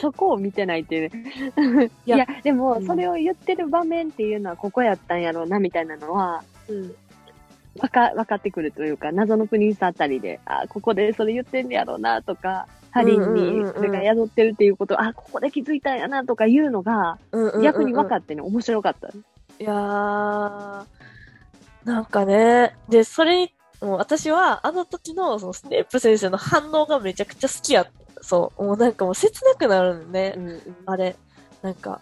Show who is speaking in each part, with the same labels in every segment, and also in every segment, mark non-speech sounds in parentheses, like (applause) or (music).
Speaker 1: そこを見てないっていうね。 (laughs) い
Speaker 2: や
Speaker 1: や、で
Speaker 2: う
Speaker 1: も、
Speaker 2: ん
Speaker 1: それを言ってる場面っていうのは、ここやったんやろうな、みたいなのは、
Speaker 2: うん。
Speaker 1: わか、わかってくるというか、謎のプリンスあたりで、あ、ここでそれ言ってんねやろうな、とか、ハリーにそれが宿ってるっていうこと、あ、ここで気づいたんやな、とかいうのが、
Speaker 2: うんうん
Speaker 1: 逆に分
Speaker 2: っ
Speaker 1: かってね、面白かった。
Speaker 2: いやー、なんかね、で、それに、もう私は、あの時の、そのスネープ先生の反応がめちゃくちゃ好きやった。そう、もうなんかもう切なくなるのね、
Speaker 1: うんうん
Speaker 2: あれ。なんか、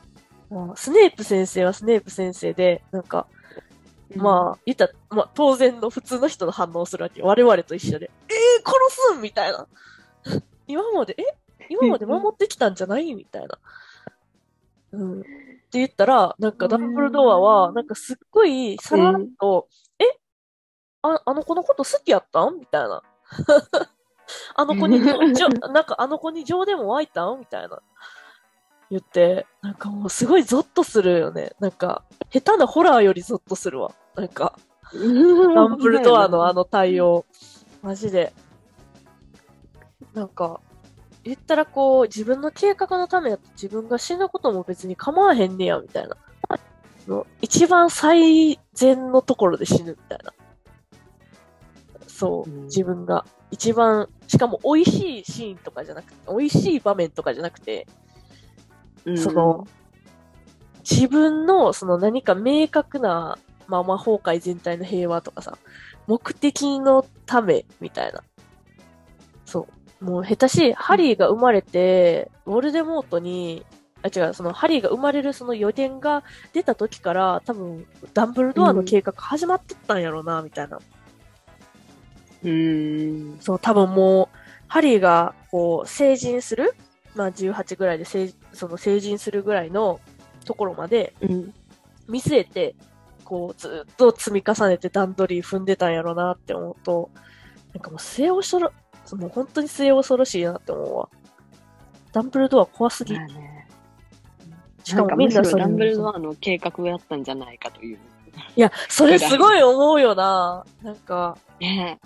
Speaker 2: もうスネープ先生はスネープ先生で、なんか、
Speaker 1: (laughs)
Speaker 2: まあ、言ったら、まあ、当然の普通の人の反応をするわけ。我々と一緒で、えー、殺すんみたいな。 (laughs) 今まで、え今まで守ってきたんじゃないみたいな。うん。って言ったら、なんかダンブルドアは、なんかすっごいさらっと、えああの子のこと好きやったんみたいな。あの子に (laughs) 情、情なんかあの子に情でも湧いたんみたいな。言って、なんかもうすごいゾッとするよね。なんか、下手なホラーよりゾッとするわ。なんか、
Speaker 1: うん、
Speaker 2: ダンブルドアのあの対応。マジで。なんか、言ったらこう、自分の計画のためだって自分が死ぬことも別に構わへんねや、みたいな。の一番最善のところで死ぬみたいな。そう、
Speaker 1: うん
Speaker 2: 自分が。一番、しかも美味しいシーンとかじゃなくて、美味しい場面とかじゃなくて、
Speaker 1: うん
Speaker 2: その、自分のその何か明確な、まあ、魔法界全体の平和とかさ、目的のためみたいな。そう。もう下手しい、ハリーが生まれて、ウォルデモートに、あ、違う、そのハリーが生まれるその予言が出た時から、多分、ダンブルドアの計画始まってったんやろうな、みたいな。
Speaker 1: うん。
Speaker 2: そう、多分もう、ハリーが、こう、成人する、まあ18ぐらいで成、その成人するぐらいのところまで、
Speaker 1: うん。
Speaker 2: 見据えて、こう、ずっと積み重ねて段取り踏んでたんやろなって思うと、なんかもう末恐ろ、もう本当に末恐ろしいなって思うわ。ダンブルドア怖すぎ
Speaker 1: ま。あね。
Speaker 2: しか
Speaker 1: な
Speaker 2: も
Speaker 1: んむ
Speaker 2: みん
Speaker 1: しろ
Speaker 2: なそれ
Speaker 1: ダンブルドアの計画をやったんじゃないかという。 (laughs)
Speaker 2: いや、それすごい思うよな。なんか、
Speaker 1: ね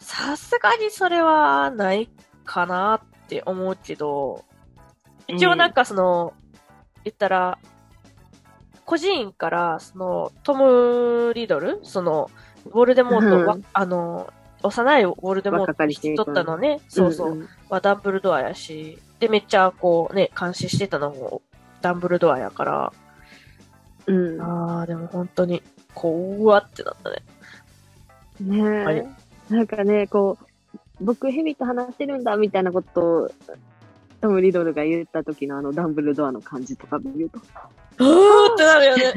Speaker 2: さすがにそれはないかなって思うけど、一応なんかその、言ったら、孤児院から、その、トム・リドルその、ウォルデモート、
Speaker 1: うん
Speaker 2: わあの、幼いウォルデモー
Speaker 1: 若
Speaker 2: ト
Speaker 1: か
Speaker 2: を
Speaker 1: り
Speaker 2: 引
Speaker 1: して
Speaker 2: き
Speaker 1: いた
Speaker 2: 取ったのね、そうそう、
Speaker 1: ん
Speaker 2: はダンブルドアやし、で、めっちゃこうね、監視してたのもダンブルドアやから、
Speaker 1: うん。
Speaker 2: あー、でも本当に、こう、うわってなった
Speaker 1: (laughs)
Speaker 2: ね。
Speaker 1: ねえ、
Speaker 2: はい
Speaker 1: なんかね、こう、僕ヘビと話してるんだみたいなことを、トム・リドルが言った時のあのダンブルドアの感じとか見ると、
Speaker 2: うーってなる
Speaker 1: (laughs)
Speaker 2: よね。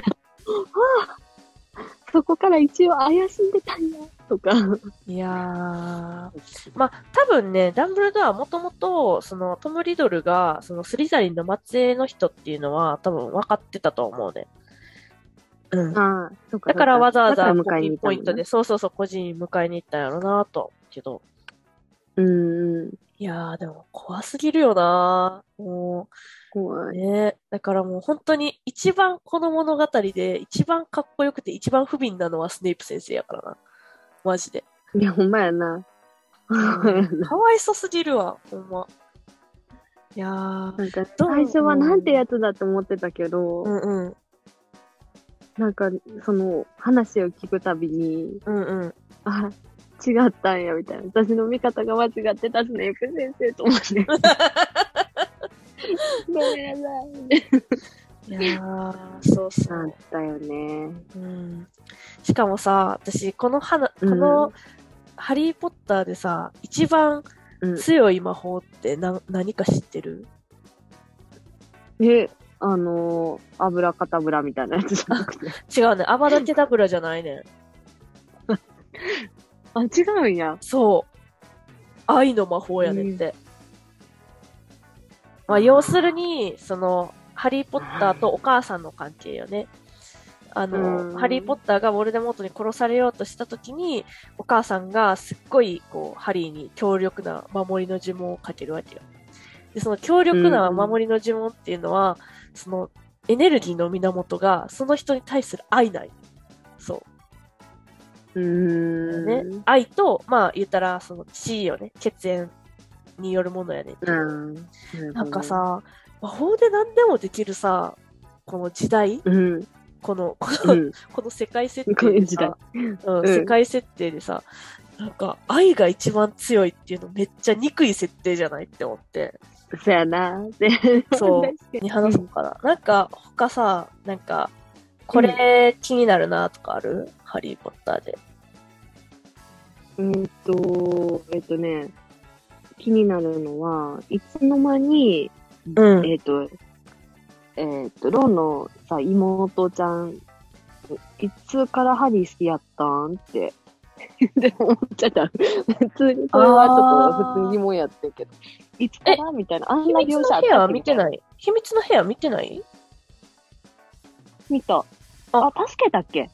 Speaker 1: そこから一応怪しんでたんや、と (laughs) か。
Speaker 2: いやー、まあ、多分ね、ダンブルドアはもともと、その、トム・リドルが、その、スリザリンの末裔の人っていうのは、多分分かってたと思うね。うん。
Speaker 1: ああ、そうか。
Speaker 2: だからわざわ
Speaker 1: だ
Speaker 2: ざ、
Speaker 1: から
Speaker 2: コ
Speaker 1: 迎え
Speaker 2: ピ
Speaker 1: に行
Speaker 2: ー
Speaker 1: った
Speaker 2: ポ
Speaker 1: の
Speaker 2: イ
Speaker 1: ね
Speaker 2: ントで、そうそうそう、個人に迎えに行ったんやろうなと、けど。
Speaker 1: うんうん。
Speaker 2: いやー、でも、怖すぎるよなもう、
Speaker 1: 怖い。
Speaker 2: ねだからもう、本当に、一番この物語で、一番かっこよくて、一番不憫なのはスネイプ先生やからな。
Speaker 1: (laughs)
Speaker 2: マジで。
Speaker 1: いや、ほんまやな。
Speaker 2: かわいそすぎるわ、ほんま。いやー。
Speaker 1: (laughs) なんか
Speaker 2: どう
Speaker 1: 最初はなんてやつだと思ってたけど、
Speaker 2: うんうん。
Speaker 1: なんかその話を聞くたびに、
Speaker 2: うんうん。
Speaker 1: あ、違ったんやみたいな。私の見方が間違ってたスネープ先生と思
Speaker 2: (laughs)
Speaker 1: って。ごめんなさい。
Speaker 2: いやー、そうそ
Speaker 1: なっ
Speaker 2: う。
Speaker 1: たよね。
Speaker 2: うん、しかもさ、私、この花、こ
Speaker 1: うん
Speaker 2: の、ハリー・ポッターでさ、一番
Speaker 1: うん
Speaker 2: 強い魔法ってな、何か知ってる
Speaker 1: え、あのー、油かたぶらみたいなやつじゃな
Speaker 2: (laughs)
Speaker 1: くて。
Speaker 2: 違うね。アバダケダブラじゃないねん。
Speaker 1: あ、違うんや。
Speaker 2: そう。愛の魔法やねんって。まあ、要するに、その、ハリー・ポッターとお母さんの関係よね。あの、
Speaker 1: うん
Speaker 2: ハリー・ポッターがウォルデモートに殺されようとした時に、お母さんがすっごい、こう、ハリーに強力な守りの呪文をかけるわけよ。で、その強力な守りの呪文っていうのは、その、エネルギーの源が、その人に対する愛ない。そう。
Speaker 1: うーん。
Speaker 2: ね、愛と、まあ言ったら、その地位をね、血縁によるものやねんけ
Speaker 1: う
Speaker 2: ど
Speaker 1: ん。るほど
Speaker 2: なんか、さ、魔法で何でもできるさ、この時代、
Speaker 1: うん。
Speaker 2: この、こ
Speaker 1: う
Speaker 2: の、
Speaker 1: ん。
Speaker 2: (laughs) この世界設
Speaker 1: こう
Speaker 2: 定
Speaker 1: い
Speaker 2: で
Speaker 1: う時代
Speaker 2: さ、うん
Speaker 1: うん
Speaker 2: 世界設定でさ、なんか愛が一番強いっていうのめっちゃ憎い設定じゃないって思って。
Speaker 1: そやな。で
Speaker 2: そう
Speaker 1: (laughs) 確かに
Speaker 2: に話そうかな。なんか他さ、なんか、これ気になるなとかある、ハリーポッターで。
Speaker 1: うんと、えっとね、気になるのは、いつの間に、
Speaker 2: う
Speaker 1: えっと、えっと、ロンのさ、妹ちゃん、いつからハリー好きやったんって。 (laughs) でも思っちゃった。普通に、これはちょっと普通に疑問やってんけど。いつからみたいな。あん
Speaker 2: 秘
Speaker 1: な
Speaker 2: 密
Speaker 1: 描写あ
Speaker 2: の
Speaker 1: った
Speaker 2: 部屋
Speaker 1: っけ
Speaker 2: 見てない秘密の部屋見てない
Speaker 1: 見た。あ、助けたっけ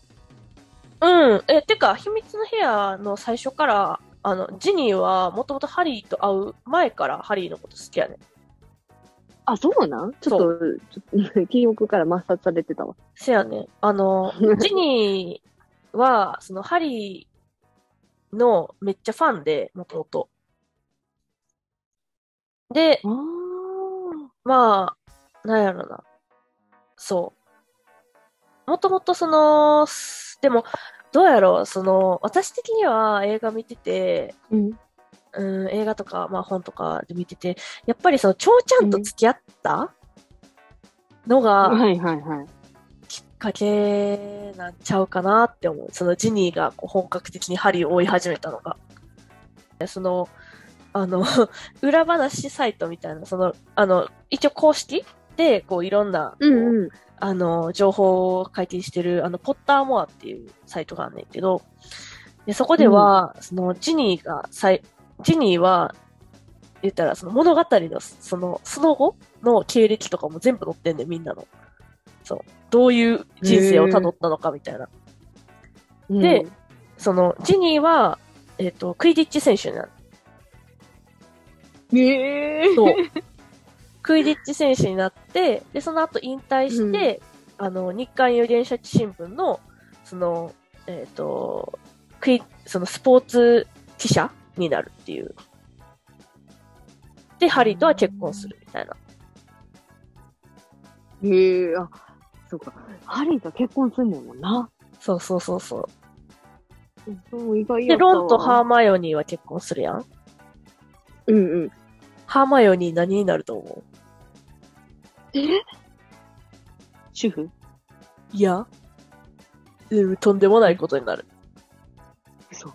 Speaker 2: うん。え、てか、秘密の部屋の最初から、あの、ジニーはもともとハリーと会う前からハリーのこと好きやねん
Speaker 1: あ、そうなんちょっと、ちょっと記憶から抹殺されてたわ。
Speaker 2: せやね。あの、ジニーは、その、ハリーのめっちゃファンで、もともと。で
Speaker 1: あ、ー
Speaker 2: まあ、なんやろな。そう。もともとその、すでも、どうやろう、その、私的には映画見てて、
Speaker 1: うん。
Speaker 2: うん、映画とか、まあ本とかで見てて、やっぱりその、ちょうちゃんと付き合ったのが、
Speaker 1: はいはいはい。
Speaker 2: きっかけなんちゃうかなって思う。そのジニーがこう本格的にハリーを追い始めたのが。その、あの、 (laughs) 裏話サイトみたいな、その、あの、一応公式で、こういろんな、こう
Speaker 1: うんうん。
Speaker 2: あの、情報を解禁してる、あの、ポッターモアっていうサイトがあんねんけど、でそこでは、その、ジニーが、さいジニーは、言ったら、その物語の、その、その後の経歴とかも全部載ってんねん、みんなの。そう。どういう人生を辿ったのかみたいな。でその、ジニーは、えっ、と、クイディッチ選手になる。
Speaker 1: うん、えー、
Speaker 2: (laughs) そう。クイディッチ選手になって、で、その後引退して、あの、日刊有限社新聞の、その、えっ、と、クイ、そのスポーツ記者になるっていう。で、ハリーとは結婚するみたいな。
Speaker 1: へえ、あ、そうか。ハリーと結婚するもんな。
Speaker 2: そうそうそうそ
Speaker 1: そう、意外
Speaker 2: う。
Speaker 1: や
Speaker 2: で、
Speaker 1: ったわ
Speaker 2: ロンとハーマイオニーは結婚するやん。
Speaker 1: うんうん。
Speaker 2: ハーマイオニー何になると思う
Speaker 1: 主婦
Speaker 2: いや、うんとんでもないことになる。
Speaker 1: 嘘。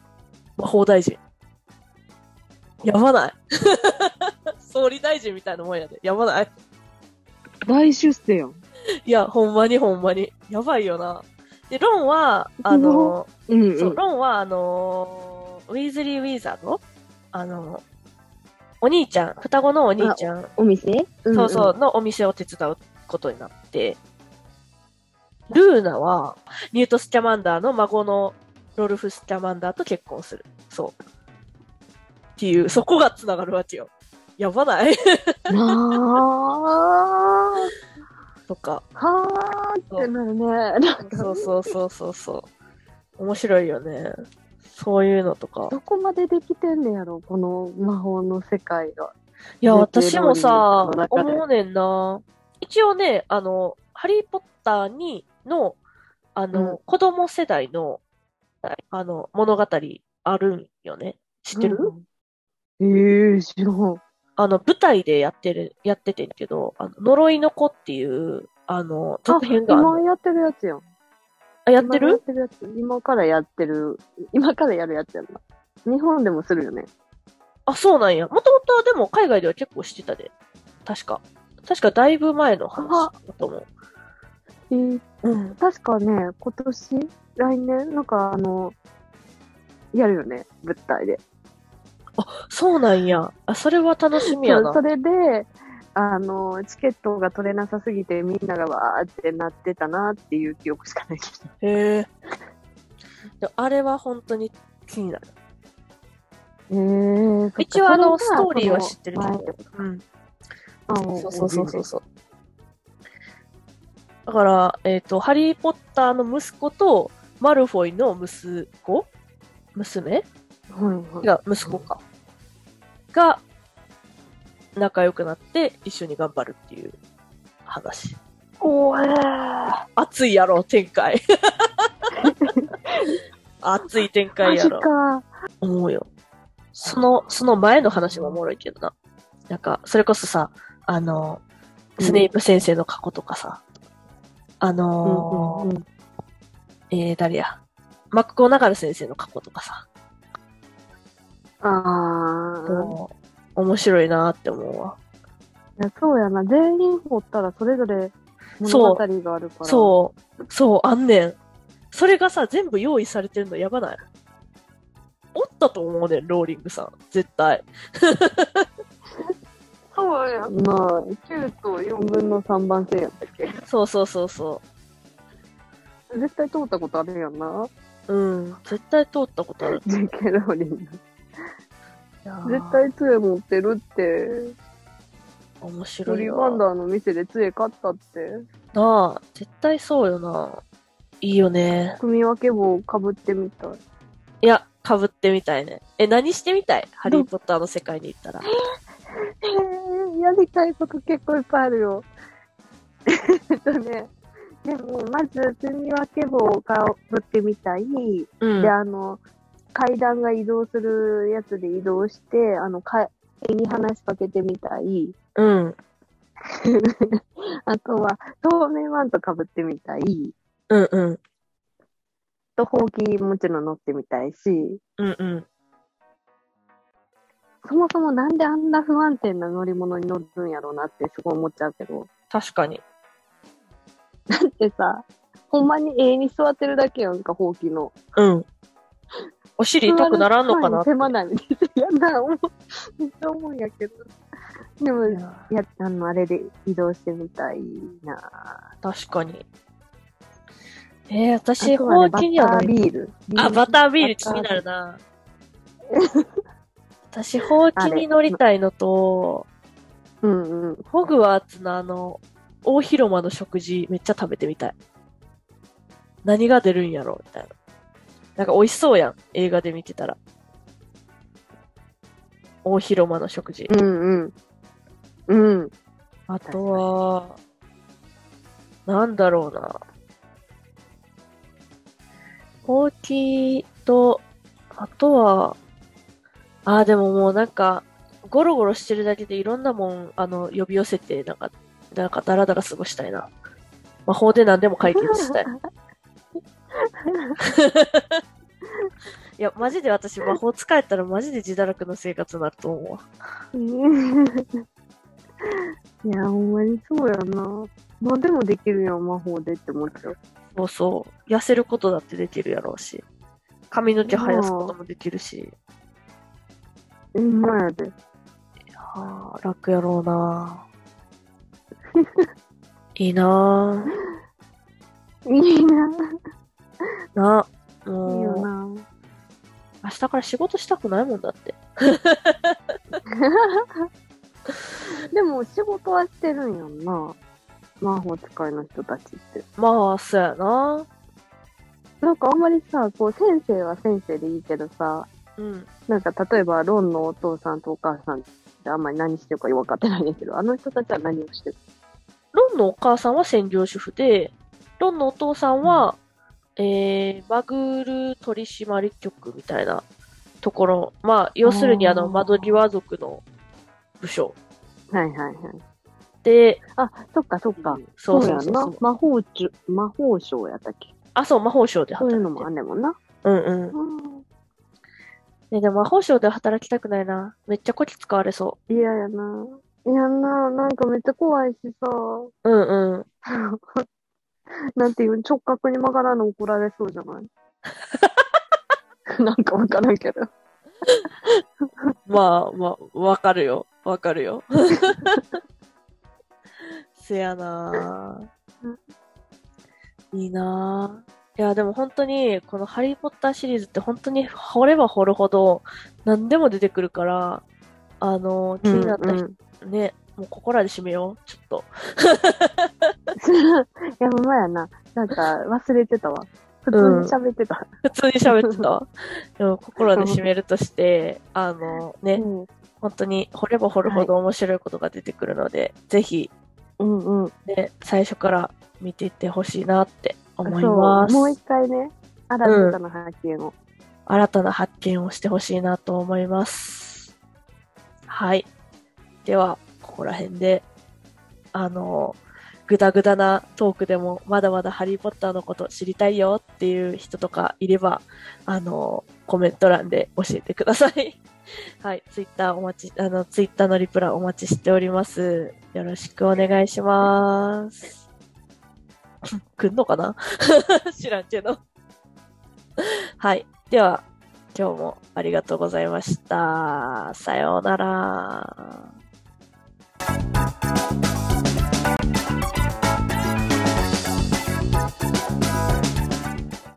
Speaker 2: 魔法大臣。やばない (laughs) 総理大臣みたいなもんやで。やばない
Speaker 1: 大出世やん。
Speaker 2: いや、ほんまにほんまに。やばいよな。で、ロンは、あの、
Speaker 1: うん、う
Speaker 2: そう、ロンは、あのーウィーズリー・ウィザードあの、お兄ちゃん、双子のお兄ちゃん、
Speaker 1: お店、うん
Speaker 2: そうそう、のお店を手伝うことになって、ルーナは、ニュート・スキャマンダーの孫のロルフ・スキャマンダーと結婚する。そう。っていう、そこが繋がるわけよ。やばない (laughs)
Speaker 1: うん。なあ
Speaker 2: とか。
Speaker 1: はーってなるね。なんか、
Speaker 2: そうそうそうそうそう。面白いよね。そういうのとか。
Speaker 1: どこまでできてんねやろ、この魔法の世界が。
Speaker 2: いや、
Speaker 1: ルーテ
Speaker 2: 私もさ
Speaker 1: ローリングの、中で
Speaker 2: 思うねんな。一応ね、あの、ハリー・ポッターにの、あの、
Speaker 1: うん
Speaker 2: 子供世代の、あの、物語あるんよね。知ってる、
Speaker 1: うんええー、知らん。
Speaker 2: あの、舞台でやってる、やっててんけど、あの、呪いの子っていう、あの、続編がある
Speaker 1: 今やってるやつやん。
Speaker 2: あ、やって
Speaker 1: 今やっ
Speaker 2: る
Speaker 1: てるやつ。今からやってる。今からやるやつやんな。日本でもするよね。
Speaker 2: あ、そうなんや。もともとはでも海外では結構してたで。確か。確かだいぶ前の話だと思う。
Speaker 1: えー
Speaker 2: うん。
Speaker 1: 確かね、今年来年なんかあの、やるよね、物体で。
Speaker 2: そうなんや。あ、それは楽しみや
Speaker 1: そ
Speaker 2: な
Speaker 1: う。それで、あの、チケットが取れなさすぎてみんながわーってなってたなっていう記憶しかないけど。
Speaker 2: へえ。であれは本当に気になる。
Speaker 1: (laughs) えー、
Speaker 2: 一応あの、ストーリーは知ってるけ
Speaker 1: け
Speaker 2: ど。うん。
Speaker 1: ど
Speaker 2: そうそうそうそうそう。だから、えっ、と、ハリー・ポッターの息子と、マルフォイの息子娘
Speaker 1: はいはい。
Speaker 2: が、息子か。が、仲良くなって一緒に頑張るっていう話。
Speaker 1: 怖え。
Speaker 2: 熱いやろ、展 (laughs) 開。熱い展開
Speaker 1: マ
Speaker 2: や
Speaker 1: ジ
Speaker 2: ろ。
Speaker 1: か。
Speaker 2: 思うよ。その、その前の話もおもろいけどな。なんか、それこそさ、あの、
Speaker 1: うん
Speaker 2: スネイプ先生の過去とかさ、あのー
Speaker 1: うんうんうん。
Speaker 2: えー、誰や、マクコナガル先生の過去とかさ、
Speaker 1: あー。
Speaker 2: もう面白いなーって思うわ。
Speaker 1: いやそうやな。全員掘ったらそれぞれ
Speaker 2: そ
Speaker 1: 物語
Speaker 2: う
Speaker 1: があるから。
Speaker 2: そう、そう、あんねん。それがさ、全部用意されてるのやばないおったと思うねん、ローリングさん。絶対。
Speaker 1: そうやな。9と4分の3番線やったっけ
Speaker 2: そうそうそうそ
Speaker 1: 絶対通ったことあるやんな。
Speaker 2: う。うん。絶対通ったことある。
Speaker 1: JK ローリング。
Speaker 2: いやー
Speaker 1: 絶対杖持ってるって。
Speaker 2: 面白
Speaker 1: ト
Speaker 2: い
Speaker 1: リ
Speaker 2: よ。
Speaker 1: バンダーの店で杖買ったって。
Speaker 2: なあ、絶対そうよな。いいよね。
Speaker 1: 組み分け棒かぶってみたい。
Speaker 2: いや、被ってみたいね。え、何してみたいハリー・ポッターの世界に行ったら。
Speaker 1: えー、やりたいこと結構いっぱいあるよ。 (laughs) えっとね、でも、まず、組み分け棒をかぶってみたい。
Speaker 2: うん
Speaker 1: で、。あの、階段が移動するやつで移動して、あの、か、に話しかけてみたい。 (laughs)
Speaker 2: うん。
Speaker 1: あとは、透明マントかぶってみたい。
Speaker 2: うんうん。
Speaker 1: と、ほうきもちろん乗ってみたいし、
Speaker 2: うんうん。
Speaker 1: そもそもなんであんな不安定な乗り物に乗るんやろうなってすごい思っちゃうけど。
Speaker 2: 確かに。
Speaker 1: だってさ、ほんまに永遠に座ってるだけやんか、ほうきの。
Speaker 2: うん。お尻痛くならんの
Speaker 1: 座
Speaker 2: かな
Speaker 1: る範囲狭ないみたいな。やだ、思う。めっちゃ思うんやけど。でも、
Speaker 2: い
Speaker 1: い
Speaker 2: や
Speaker 1: や、あの、あれで移動してみたいな。
Speaker 2: 確かに。えー、私、
Speaker 1: あとは
Speaker 2: ほ
Speaker 1: ね
Speaker 2: うきには
Speaker 1: バ
Speaker 2: な
Speaker 1: ター
Speaker 2: い。
Speaker 1: ビール。
Speaker 2: あ、バタービール気
Speaker 1: バタ
Speaker 2: に
Speaker 1: ー
Speaker 2: なるな。私、ほうきに乗りたいのと、
Speaker 1: うんうん。
Speaker 2: ホグワーツのあの、大広間の食事めっちゃ食べてみたい。何が出るんやろみたいな。なんか美味しそうやん。映画で見てたら。大広間の食事。
Speaker 1: うんうん。うん。
Speaker 2: あとは、なんだろうな。ほうきと、あとは、ああ、でももうなんか、ゴロゴロしてるだけでいろんなもん、あの、呼び寄せて、なんか、なんかダラダラ過ごしたいな。魔法で何でも解決したい。いや、マジで私魔法使えたらマジで自堕落の生活になると思うわ。
Speaker 1: いや、ほんまにそうやな。まあでもできるやん、魔法でって思っちゃう。
Speaker 2: そうそう。痩せることだってできるやろうし。髪の毛生やすこともできるし。
Speaker 1: うん、まやで。
Speaker 2: ああ、楽やろうな。 (laughs) いいなぁ
Speaker 1: いいな。
Speaker 2: な、
Speaker 1: いい
Speaker 2: も
Speaker 1: よ
Speaker 2: う、
Speaker 1: な。
Speaker 2: 明日から仕事したくないもんだって。
Speaker 1: (laughs) でも仕事はしてるんやんな。魔法使いの人たちって。
Speaker 2: まあ、そうやな。
Speaker 1: なんかあんまりさ、こう先生は先生でいいけどさ、
Speaker 2: うん。
Speaker 1: なんか例えばロンのお父さんとお母さんってあんまり何してるか分かってないんだけど、あの人たちは何をしてる
Speaker 2: ロンのお母さんは専業主婦で、ロンのお父さんは、えー、マグル取締局みたいなところ。まあ、要するにあ
Speaker 1: あ
Speaker 2: の、
Speaker 1: ー
Speaker 2: 窓際族の部署。
Speaker 1: はいはいはい。
Speaker 2: で、
Speaker 1: あ、そっかそっか。
Speaker 2: そ
Speaker 1: や
Speaker 2: うそ
Speaker 1: ん
Speaker 2: うそう
Speaker 1: な
Speaker 2: そう。。
Speaker 1: 魔法中、魔法省やったっけ
Speaker 2: あ、そう、魔法省で
Speaker 1: そう
Speaker 2: 働
Speaker 1: い
Speaker 2: いうて
Speaker 1: のもあんねんもんな。
Speaker 2: うんうん。ね、でも魔法省で働きたくないな。めっちゃこき使われそ
Speaker 1: 嫌ややな。嫌やな。なんかめっちゃ怖いしさ。
Speaker 2: う。うんうん。
Speaker 1: (laughs) なんていうの直角に曲がらんの怒られそうじゃない (laughs) なんかわからんけど。
Speaker 2: まあ、まあ、わかるよ。わかるよ。 (laughs) せやなぁ。いいなぁ。いや、でも本当に、このハリーポッターシリーズって本当に掘れば掘るほど何でも出てくるから、あの、気になっ
Speaker 1: う
Speaker 2: た
Speaker 1: んう (laughs)
Speaker 2: 人、
Speaker 1: ん
Speaker 2: ね、もうここらで締めよう。ちょっと。
Speaker 1: いや、ほんまやな。なんか忘れてたわ。普通に喋ってた。
Speaker 2: 普通に喋ってた
Speaker 1: (laughs)
Speaker 2: わ。でも心で締めるとして、あのね、
Speaker 1: うん
Speaker 2: 本当に掘れば掘るほど面白いことが出てくるので、ぜひ、
Speaker 1: うんうん。
Speaker 2: ね、最初から見ていってほしいなって思い
Speaker 1: そ
Speaker 2: ま
Speaker 1: う、もう
Speaker 2: す
Speaker 1: 一。回ね、新たな発見を。
Speaker 2: 新たな発見をしてほしいなと思います。はい。では、ここら辺で、あの、ぐだぐだなトークでも、まだまだハリーポッターのこと知りたいよっていう人とかいれば、あの、コメント欄で教えてください。 (laughs) はい。ツイッターお待ち、あの、ツイッターのリプラお待ちしております。よろしくお願いします。 (laughs) くんのかな (laughs) 知らんけど。はい。では、今日もありがとうございました。さようなら。